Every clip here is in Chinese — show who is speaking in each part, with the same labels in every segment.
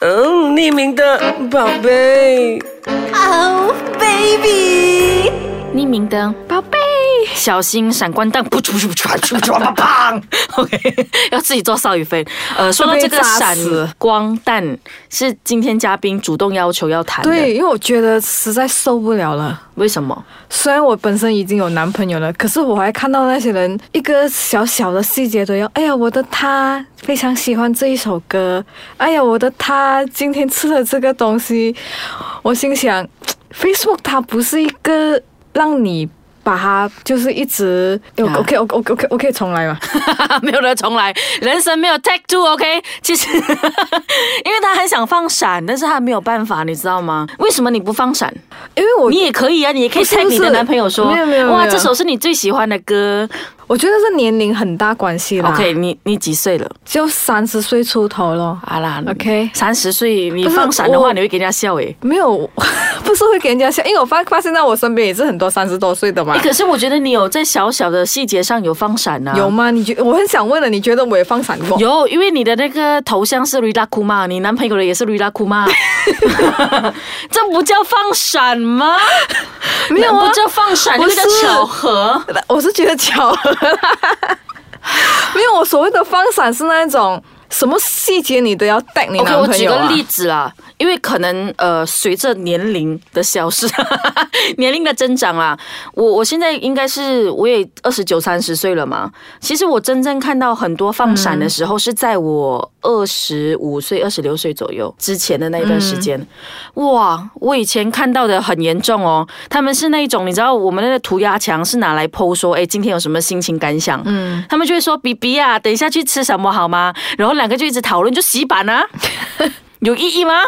Speaker 1: 哦匿名的宝贝。
Speaker 2: Oh baby，
Speaker 3: 匿名灯，宝贝，小心闪光弹，噗噗噗噗噗噗砰！OK，要自己做邵雨菲。呃，说到这个闪光弹，是今天嘉宾主动要求要谈的，
Speaker 4: 对，因为我觉得实在受不了了。
Speaker 3: 为什么？
Speaker 4: 虽然我本身已经有男朋友了，可是我还看到那些人一个小小的细节都要，哎呀，我的他非常喜欢这一首歌，哎呀，我的他今天吃了这个东西，我心想，Facebook 它不是一个让你。把它就是一直，有
Speaker 3: 啊
Speaker 4: OK OK OK OK 我可以重来吗？
Speaker 3: 没有了，重来，人生没有 take two，OK、其实，因为他很想放闪，但是他没有办法，你知道吗？为什么你不放闪？
Speaker 4: 因为我
Speaker 3: 你也可以啊，你也可以
Speaker 4: 不是
Speaker 3: tag 你的
Speaker 4: 不是
Speaker 3: 男朋友说，
Speaker 4: 没有没有
Speaker 3: 哇，
Speaker 4: 没有
Speaker 3: 这首是你最喜欢的歌。
Speaker 4: 我觉得是年龄很大关系啦
Speaker 3: OK，你你几岁了？
Speaker 4: 就三十岁出头咯。
Speaker 3: 好啦
Speaker 4: OK
Speaker 3: 三十岁你
Speaker 4: 不是
Speaker 3: 放闪的话，
Speaker 4: 我
Speaker 3: 你会给人家笑诶。
Speaker 4: 没有， 不是会给人家笑，因为我发发现到我身边也是很多三十多岁的
Speaker 3: 哎
Speaker 4: 嘛。
Speaker 3: 诶可是我觉得你有在小小的细节上有放闪呐、啊。
Speaker 4: 有吗？你觉我很想问了，你觉得我也放闪过？
Speaker 3: 有，因为你的那个头像是 Rila Kuma，你男朋友的也是 Rila Kuma，这不叫放闪吗？没
Speaker 4: 有啊
Speaker 3: 不叫放闪，
Speaker 4: 不
Speaker 3: 这
Speaker 4: 是
Speaker 3: 叫巧合。
Speaker 4: 我是觉得巧合啦， 没有。我所谓的放闪是那种什么细节你都要带你
Speaker 3: OK，
Speaker 4: 男
Speaker 3: 我
Speaker 4: 朋
Speaker 3: 举
Speaker 4: 友、啊
Speaker 3: 个例子啦，因为可能呃，随着年龄的消失， 年龄的增长啦，我我现在应该是我也二十九三十岁了嘛。其实我真正看到很多放闪
Speaker 4: 嗯
Speaker 3: 的时候，是在我二十五岁、二十六岁左右之前的那一段时间。
Speaker 4: 嗯
Speaker 3: 哇，我以前看到的很严重哦，他们是那一种，你知道我们那个涂鸦墙是拿来 PO 说，哎，今天有什么心情感想？嗯，他们就会说，B B 啊，等一下去吃什么好吗？然后两个就一直讨论，就洗版啊。有意 义吗？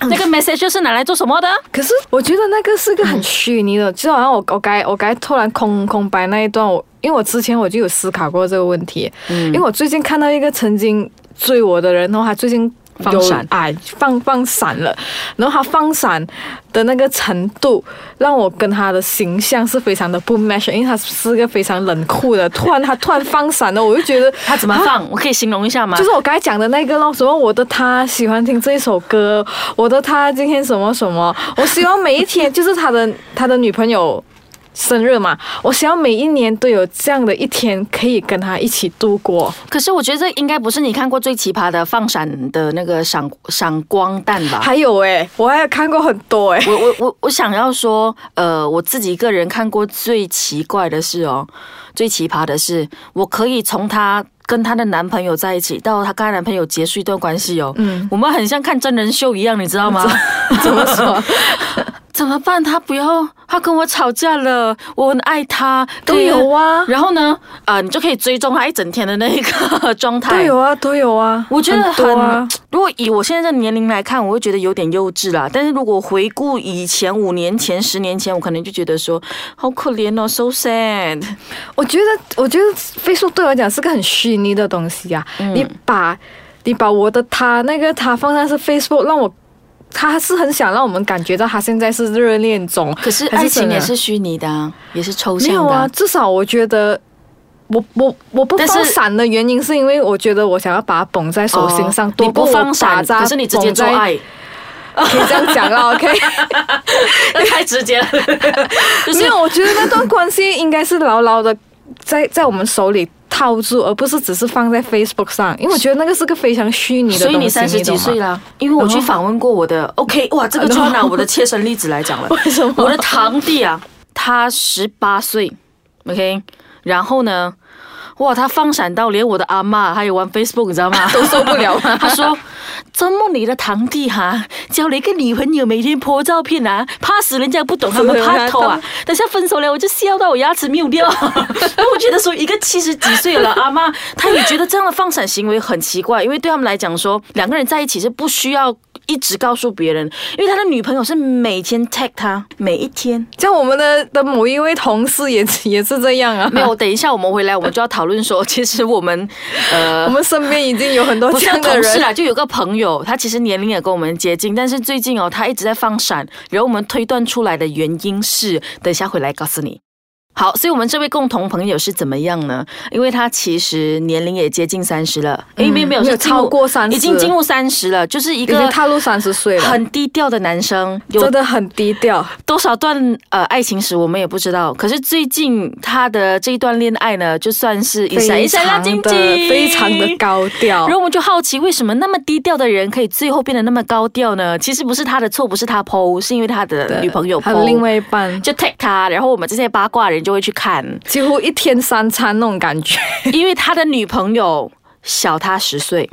Speaker 3: 那个 message 是拿来做什么的？
Speaker 4: 可是我觉得那个是个很虚拟的，就好像我我该我该突然空空白那一段，我因为我之前我就有思考过这个问题，因为我最近看到一个曾经追我的人，然后他最近。
Speaker 3: 放
Speaker 4: 有
Speaker 3: 闪
Speaker 4: 哎，放放闪了，然后他放闪的那个程度，让我跟他的形象是非常的不 match，因为他是个非常冷酷的。突然他 突然放闪了，我就觉得
Speaker 3: 他怎么放？啊我可以形容一下吗？
Speaker 4: 就是我刚才讲的那个咯，什么我的他喜欢听这一首歌，我的他今天什么什么，我希望每一天就是他的 他的女朋友生日嘛，我希望每一年都有这样的一天可以跟他一起度过。
Speaker 3: 可是我觉得这应该不是你看过最奇葩的放闪的那个闪闪光弹吧？
Speaker 4: 还有诶、我还有看过很多欸诶、
Speaker 3: 我我我我想要说，呃，我自己个人看过最奇怪的是哦，最奇葩的是，我可以从她跟她的男朋友在一起，到她跟她男朋友结束一段关系哦，嗯，我们很像看真人秀一样，你知道吗？
Speaker 4: 怎么 说？
Speaker 3: 怎么办？他不要，他跟我吵架了，我很爱他，
Speaker 4: 都有啊
Speaker 3: 对然后呢，啊、你就可以追踪他一整天的那一个 状态。
Speaker 4: 都有啊，都有啊，
Speaker 3: 我觉得很，
Speaker 4: 很多啊。
Speaker 3: 如果以我现在的年龄来看，我会觉得有点幼稚啦。但是如果回顾以前五年前、十年前，我可能就觉得说好可怜哦，so sad。
Speaker 4: 我觉得，我觉得 Facebook 对我来讲是个很虚拟的东西啊。
Speaker 3: 嗯
Speaker 4: 你把，你把我的他那个他放在是 Facebook，让我，他是很想让我们感觉到他现在是热恋中，
Speaker 3: 可是
Speaker 4: 还
Speaker 3: 爱情
Speaker 4: 什么
Speaker 3: 也是虚拟的啊，也是抽
Speaker 4: 没
Speaker 3: 象
Speaker 4: 有
Speaker 3: 的
Speaker 4: 啊。
Speaker 3: 啊。
Speaker 4: 至少我觉得。我我我不
Speaker 3: 但是
Speaker 4: 放闪的原因是因为我觉得我想要把它捧在手心上，
Speaker 3: 哦
Speaker 4: 多
Speaker 3: 你
Speaker 4: 过
Speaker 3: 不
Speaker 4: 我
Speaker 3: 放
Speaker 4: 把
Speaker 3: 闪，
Speaker 4: 它
Speaker 3: 可是你直接
Speaker 4: 捧
Speaker 3: 做
Speaker 4: 在，
Speaker 3: 爱，
Speaker 4: 可以这样讲了，OK？
Speaker 3: 那 太直 接了。 就是
Speaker 4: 没有，我觉得那段关系应该是牢牢的在在我们手里套住，而不是只是放在 Facebook 上，因为我觉得那个是个非常虚拟的
Speaker 3: 所
Speaker 4: 东
Speaker 3: 以
Speaker 4: 西，
Speaker 3: 你三十几
Speaker 4: 懂吗嗯
Speaker 3: 岁啦，因为我去访问过我的 OK，哇，这个就要拿我的切身例子来讲了。
Speaker 4: 为什么
Speaker 3: 我的堂弟啊，他十八岁，OK，然后呢，哇，他放闪到连我的阿妈还有玩 Facebook，你知道吗？
Speaker 4: 都受不了
Speaker 3: 他说：“周末你的堂弟哈、交了一个女朋友，每天 po 照片啊，怕死人家不 懂他们怕偷啊。等下分手了，我就笑到我牙齿没有 掉。然后我觉得说，一个七十几岁了阿妈，她也觉得这样的放闪行为很奇怪，因为对他们来讲说，两个人在一起是不需要。”一直告诉别人，因为他的女朋友是每天 tag 他，每一天。
Speaker 4: 像我们的的某一位同事也也是这样啊，
Speaker 3: 没有，等一下我们回来，我们就要讨论 说，其实我们，呃，
Speaker 4: 我们身边已经有很多
Speaker 3: 不是
Speaker 4: 这样的
Speaker 3: 同事啊
Speaker 4: 人。
Speaker 3: 啦，就有个朋友，他其实年龄也跟我们接近，但是最近哦，他一直在放闪，然后我们推断出来的原因是，等一下回来告诉你。好，所以我们这位共同朋友是怎么样呢？因为他其实年龄也接近三十了，因为没有没有
Speaker 4: 嗯没有
Speaker 3: 是进入
Speaker 4: 超过30
Speaker 3: 已经进入三十了，就是一
Speaker 4: 已经
Speaker 3: 个
Speaker 4: 踏入三十岁了，
Speaker 3: 很低调的男生，有
Speaker 4: 真的很低调。
Speaker 3: 多少段呃爱情史我们也不知道，可是最近他的这一段恋爱呢，就算是一闪一
Speaker 4: 非
Speaker 3: 闪亮
Speaker 4: 常
Speaker 3: 晶
Speaker 4: 的
Speaker 3: 晶，
Speaker 4: 非常的。高调
Speaker 3: 然，后我们就好奇，为什么那么低调的人可以最后变得那么高调呢？其实不是他的错，不是他 PO，是因为他的
Speaker 4: 对
Speaker 3: 女朋友
Speaker 4: 还有
Speaker 3: PO，
Speaker 4: 另外一半，
Speaker 3: 就 take 他，然后我们这些八卦人就会去看，
Speaker 4: 几乎一天三餐那种感觉。
Speaker 3: 因为他的女朋友小他十岁。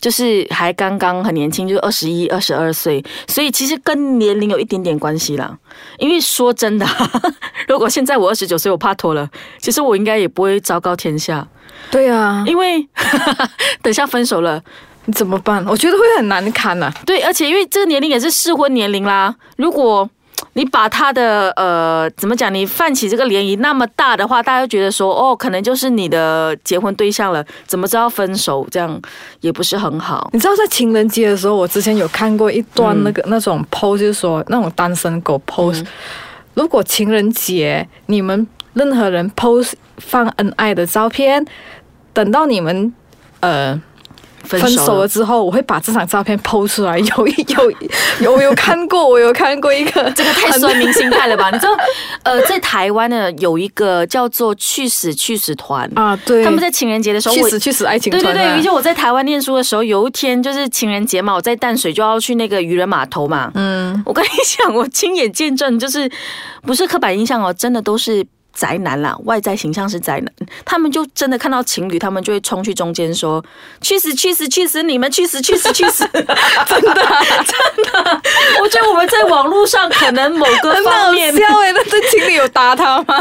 Speaker 3: 就是还刚刚很年轻，就二十一、二十二岁，所以其实跟年龄有一点点关系啦。因为说真的， 如果现在我二十九岁，我怕脱了，其实我应该也不会昭告天下，
Speaker 4: 对啊，
Speaker 3: 因为 等一下分手了。
Speaker 4: 你怎么办？我觉得会很难堪啊呐、
Speaker 3: 对，而且因为这个年龄也是适婚年龄啦，如果你把他的呃怎么讲，你泛起这个涟漪那么大的话，大家就觉得说哦，可能就是你的结婚对象了，怎么知道分手？这样也不是很好。
Speaker 4: 你知道在情人节的时候，我之前有看过一段那个、那种 pose，就是说那种单身狗 pose、如果情人节你们任何人 pose 放恩爱的照片，等到你们呃
Speaker 3: 分
Speaker 4: 分手
Speaker 3: 了
Speaker 4: 了之后，我会把这张照片 pose 出来。有一有有我有看过，我有看过一个，
Speaker 3: 这个太酸民心态了吧？你知道，呃，在台湾呢有一个叫做“去死去死团”，
Speaker 4: 啊，对，
Speaker 3: 他们在情人节的时候，
Speaker 4: 去
Speaker 3: 我
Speaker 4: 死去死爱情
Speaker 3: 对对
Speaker 4: 团、啊，
Speaker 3: 对，而且我在台湾念书的时候，有一天就是情人节嘛，我在淡水就要去那个渔人码头嘛。嗯，我跟你讲，我亲眼见证，就是不是刻板印象哦，真的都是。宅男啦，外在形象是宅男，他们就真的看到情侣，他们就会冲去中间说：“去 死，去死，去死！你们去死，去死，去死！”真的， 真的，我觉得我们在网络上可能某 个
Speaker 4: 很
Speaker 3: 方
Speaker 4: 好
Speaker 3: 面
Speaker 4: 笑哎、那对情侣有打他吗？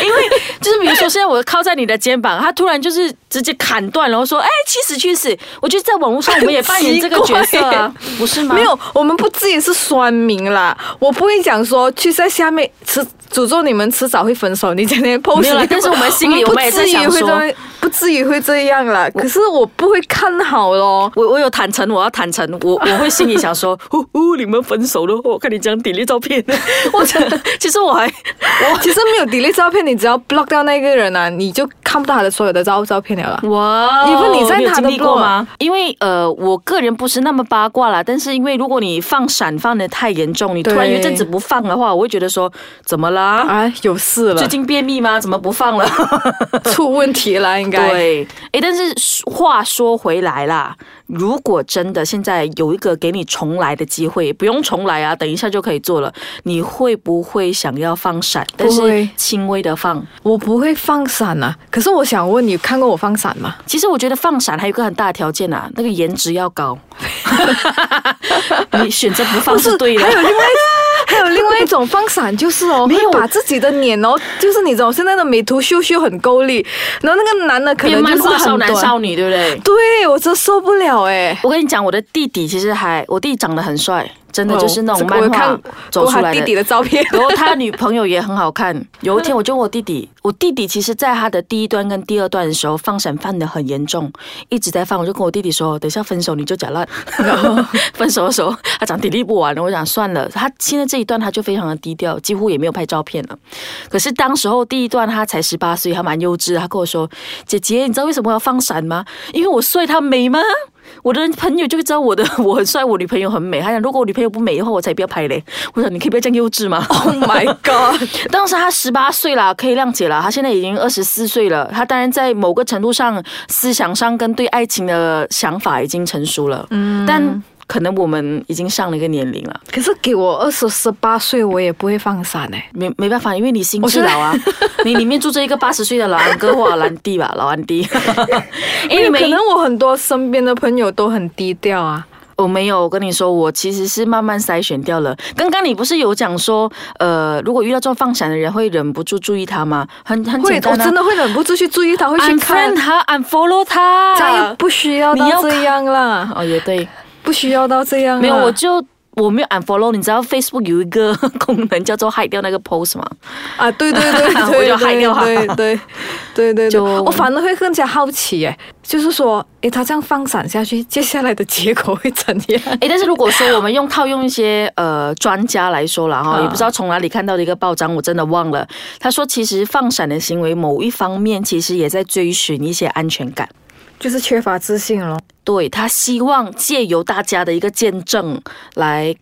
Speaker 3: 因为就是比如说，现在我靠在你的肩膀，他突然就是直接砍断，然后说：“哎，去死去死！”我觉得在网络上我们也扮演这个角色啊，不是 吗？
Speaker 4: 没，有，我们不自己是酸民啦，我不会讲说去在下面吃诅咒你们迟早会分手，你今天 post
Speaker 3: 没有啦但是我们心里我
Speaker 4: 不
Speaker 3: 们也在
Speaker 4: 至于
Speaker 3: 想
Speaker 4: 会
Speaker 3: 说
Speaker 4: 这样不至于会这样啦。可是我不会看好咯。
Speaker 3: 我我有坦诚，我要坦诚，我我会心里想说：“呼呼，你们分手了，哦我看你讲典礼照片。” 我觉得其实我还
Speaker 4: 我 其实没有 delete 照片，你只要 block 掉那个人啊，你就看不到他的所有的照照片了啦。
Speaker 3: 嗯哇哦
Speaker 4: 你问你在
Speaker 3: 有
Speaker 4: 哪
Speaker 3: 经
Speaker 4: 的
Speaker 3: 历过
Speaker 4: blog？
Speaker 3: 吗？因为呃，我个人不是那么八卦啦，但是因为如果你放闪放的太严重，你突然
Speaker 4: 对
Speaker 3: 有一阵子不放的话，我会觉得说怎么啦？
Speaker 4: 啊，有事
Speaker 3: 最
Speaker 4: 了，
Speaker 3: 近便秘吗？怎么不放了？
Speaker 4: 出问题了，应该。
Speaker 3: 对，哎，但是说话说回来啦，如果真的现在有一个给你重来的机会，不用重来啊，等一下就可以做了，你会不会想要放闪？但
Speaker 4: 不
Speaker 3: 是
Speaker 4: 会
Speaker 3: 轻微的放。
Speaker 4: 我不会放闪啊，可是我想问你，看过我放闪吗？
Speaker 3: 其实我觉得放闪还有一个很大的条件啊，那个颜值要 高。你选择不放哦是对的
Speaker 4: 还。有另 外。还有另外一种放闪，就是哦，
Speaker 3: 没有
Speaker 4: 会把自己的脸哦，就是你知道现在的美图秀秀很够力，然后那个男的可
Speaker 3: 变
Speaker 4: 能就
Speaker 3: 漫
Speaker 4: 是
Speaker 3: 画少
Speaker 4: 很
Speaker 3: 男
Speaker 4: 短，
Speaker 3: 少女，对不对？
Speaker 4: 对我真受不了哎。
Speaker 3: 我跟你讲，我的弟弟其实还，我弟长得很帅，真的
Speaker 4: 哦
Speaker 3: 就是那
Speaker 4: 这
Speaker 3: 种
Speaker 4: 个我
Speaker 3: 漫
Speaker 4: 有
Speaker 3: 画
Speaker 4: 看
Speaker 3: 走
Speaker 4: 过
Speaker 3: 出
Speaker 4: 他
Speaker 3: 来
Speaker 4: 弟弟的照 片，
Speaker 3: 然后他女朋友也很好看。有一天，我就问我弟弟，我弟弟其实在他的第一段跟第二段的时候放闪放的很严重，一直在放。我就跟我弟弟说，等一下分手你就假烂。然后分手的时候，他讲体力不完了，我讲算了。他现在这一段他就非常的低调，几乎也没有拍照片了。可是当时候第一段他才十八岁，还蛮幼稚的。他跟我说：“姐姐，你知道为什么要放闪吗？因为我帅，他美吗？”我的朋友就会知道我的我很帅，我女朋友很美。他讲如果我女朋友不美的话，我才不要拍嘞。我讲你可以不要这样幼稚吗
Speaker 4: Oh my god！
Speaker 3: 当时他十八岁啦，可以谅解啦。他现在已经二十四岁了，他当然在某个程度上思想上跟对爱情的想法已经成熟了。嗯，但可能我们已经上了一个年龄了，
Speaker 4: 可是给我二十十八岁，我也不会放闪哎。
Speaker 3: 没没办法，因为你心
Speaker 4: 我
Speaker 3: 智
Speaker 4: 觉得
Speaker 3: 老啊，你里面住着一个八十岁的老安哥或老安弟吧，老安 弟。因为
Speaker 4: 因
Speaker 3: 每
Speaker 4: 为
Speaker 3: 一
Speaker 4: 可能我很多身边的朋友都很低调啊。
Speaker 3: 我没有，我跟你说，我其实是慢慢筛选掉了。刚刚你不是有讲说，呃，如果遇到这种放闪的人，会忍不住注意他吗？很很简
Speaker 4: 会，我
Speaker 3: 单啊，
Speaker 4: 真的会忍不住去注意他，会去
Speaker 3: unfriend
Speaker 4: 看，
Speaker 3: 他，unfollow 他，
Speaker 4: 这样又不需要
Speaker 3: 啊你要
Speaker 4: 到
Speaker 3: 看
Speaker 4: 这样啦，
Speaker 3: 哦，也对，
Speaker 4: 不需要到这样啦。
Speaker 3: 没有，我就。我我没有 unfollow，你知道 Facebook 有一个 功能叫做 hide 掉那个 post 吗？
Speaker 4: 啊，对对对对，
Speaker 3: 我就嗨掉了
Speaker 4: 对对对对对对，
Speaker 3: 就
Speaker 4: 我反而会更加好奇耶，就是说，诶，他这样放闪下去，接下来的结果会怎 样？
Speaker 3: 诶，但是如果说我们用套用一些呃专家来说了哈，
Speaker 4: 啊
Speaker 3: 也不知道从哪里看到的一个报章，我真的忘了。他说，其实放闪的行为某一方面其实也在追寻一些安全感。
Speaker 4: 就是缺乏自信咯。
Speaker 3: 对他希望借由大家的一个见证来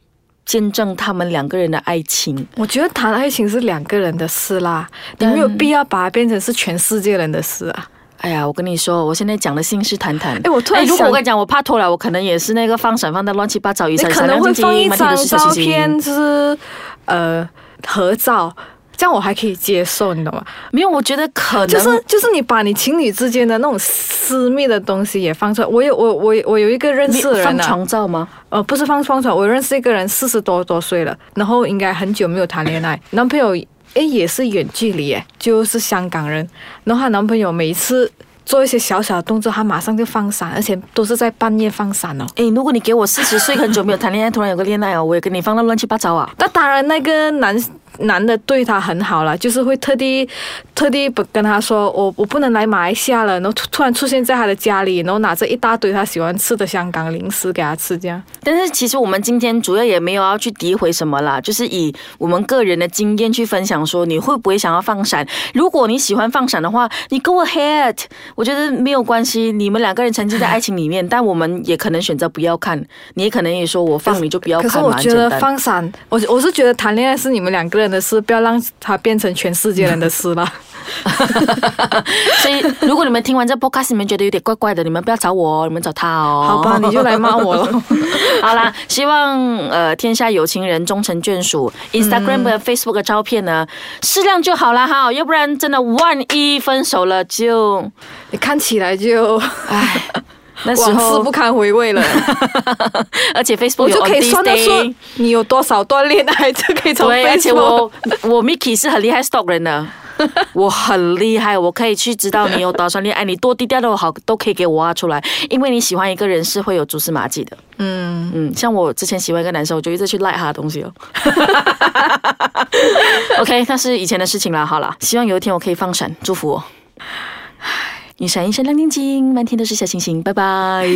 Speaker 3: 见证他们两个人的爱情。
Speaker 4: 我觉得谈爱情是两个人的事啦，你没有必要把它变成是全世界人的事啊。
Speaker 3: 哎呀，我跟你说，我现在讲的信誓旦旦。
Speaker 4: 哎我突然
Speaker 3: 如果
Speaker 4: 想
Speaker 3: 我跟你讲，我怕脱了，我可能也是那个放闪放的乱七八糟，一
Speaker 4: 你
Speaker 3: 闪
Speaker 4: 可
Speaker 3: 闪
Speaker 4: 能
Speaker 3: 亮
Speaker 4: 会
Speaker 3: 晶晶，
Speaker 4: 放一
Speaker 3: 满天的
Speaker 4: 张
Speaker 3: 是小
Speaker 4: 照
Speaker 3: 星星
Speaker 4: 片，就是呃合照，这样我还可以接受，你懂吗？
Speaker 3: 没有，我觉得可能
Speaker 4: 就是就是你把你情侣之间的那种私密的东西也放出来。我有我我我有一个认
Speaker 3: 你
Speaker 4: 识的
Speaker 3: 放
Speaker 4: 人啊，
Speaker 3: 床照吗？
Speaker 4: 呃，不是放双床，我认识一个人四十多多岁了，然后应该很久没有谈恋爱，男朋友诶也是远距离诶，就是香港人，然后她男朋友每一次。做一些小小的动作，她马上就放闪，而且都是在半夜放闪哦。
Speaker 3: 哎，如果你给我四十岁很久没有谈恋爱，突然有个恋爱哦，我也跟你放到乱七八糟啊。
Speaker 4: 那当然，那个男男的对她很好啦，就是会特地特地不跟她说，我我不能来马来西亚了，然后突突然出现在她的家里，然后拿着一大堆她喜欢吃的香港零食给她吃，这样。
Speaker 3: 但是其实我们今天主要也没有要去诋毁什么啦，就是以我们个人的经验去分享，说你会不会想要放闪？如果你喜欢放闪的话，你 go ahead，我觉得没有关系。你们两个人沉浸在爱情里面，但我们也可能选择不要看，你也可能也说我放你就不要
Speaker 4: 可
Speaker 3: 看
Speaker 4: 是
Speaker 3: 嘛，
Speaker 4: 我
Speaker 3: 很
Speaker 4: 觉
Speaker 3: 简
Speaker 4: 得
Speaker 3: 单
Speaker 4: 放闪，我我是觉得谈恋爱是你们两个人的事，不要让它变成全世界人的事了。
Speaker 3: 所以，如果你们听完这 podcast，你们觉得有点怪怪的，你们不要找我哦，你们找他 哦。
Speaker 4: 好吧你就来骂我 咯。
Speaker 3: 好啦，希望呃天下有情人终成眷属。Instagram
Speaker 4: 嗯
Speaker 3: 和 Facebook 的照片呢，适量就好啦哈，要不然真的万一分手了就，
Speaker 4: 你看起来就
Speaker 3: 唉，那时
Speaker 4: 往事
Speaker 3: 候
Speaker 4: 不，堪回味了，
Speaker 3: 而且 Facebook
Speaker 4: 我
Speaker 3: 有
Speaker 4: 就可以
Speaker 3: on
Speaker 4: 算得
Speaker 3: this
Speaker 4: 出
Speaker 3: day
Speaker 4: 你有多少段恋爱，就可以从
Speaker 3: 对，而且
Speaker 4: Facebook
Speaker 3: 我我 Miki 是很厉害 stalk 人的，我很厉害，我可以去知道你有多少恋哎爱，你多低调都好，都可以给我挖出来，因为你喜欢一个人是会有蛛丝马迹的。嗯嗯，像我之前喜欢一个男生，我就一直去赖他的东西哦。OK，那是以前的事情啦，好啦，希望有一天我可以放闪，祝福我。一闪一闪亮晶晶，满天都是小星星，拜拜。